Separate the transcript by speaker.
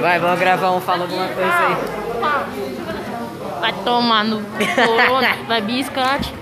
Speaker 1: Vai, vamos gravar um, fala alguma coisa aí.
Speaker 2: Vai tomar no corona, vai biscate.